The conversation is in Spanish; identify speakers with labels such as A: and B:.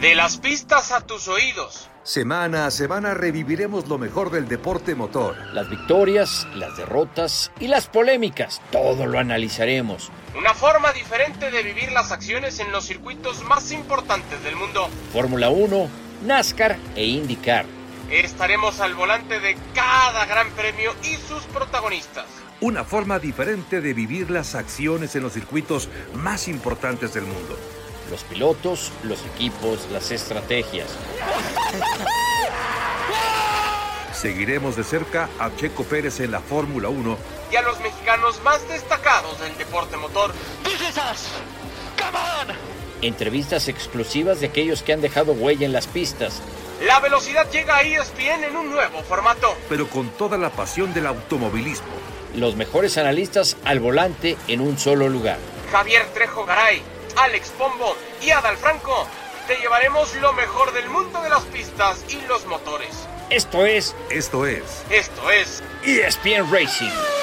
A: De las pistas a tus oídos.
B: Semana a semana reviviremos lo mejor del deporte motor.
C: Las victorias, las derrotas y las polémicas, todo lo analizaremos.
A: Una forma diferente de vivir las acciones en los circuitos más importantes del mundo.
C: Fórmula 1, NASCAR e IndyCar.
A: Estaremos al volante de cada gran premio y sus protagonistas.
B: Una forma diferente de vivir las acciones en los circuitos más importantes del mundo
C: los pilotos, los equipos, las estrategias.
B: Seguiremos de cerca a Checo Pérez en la Fórmula 1
A: y a los mexicanos más destacados del deporte motor.
C: Come on! Entrevistas exclusivas de aquellos que han dejado huella en las pistas.
A: La velocidad llega a E ESPN en un nuevo formato.
B: Pero con toda la pasión del automovilismo.
C: Los mejores analistas al volante en un solo lugar.
A: Javier Trejo Garay, Alex Pombo y Adal Franco. Te llevaremos lo mejor del mundo de las pistas y los motores.
C: Esto es. E
B: Esto es.
A: Esto es.
C: ESPN Racing.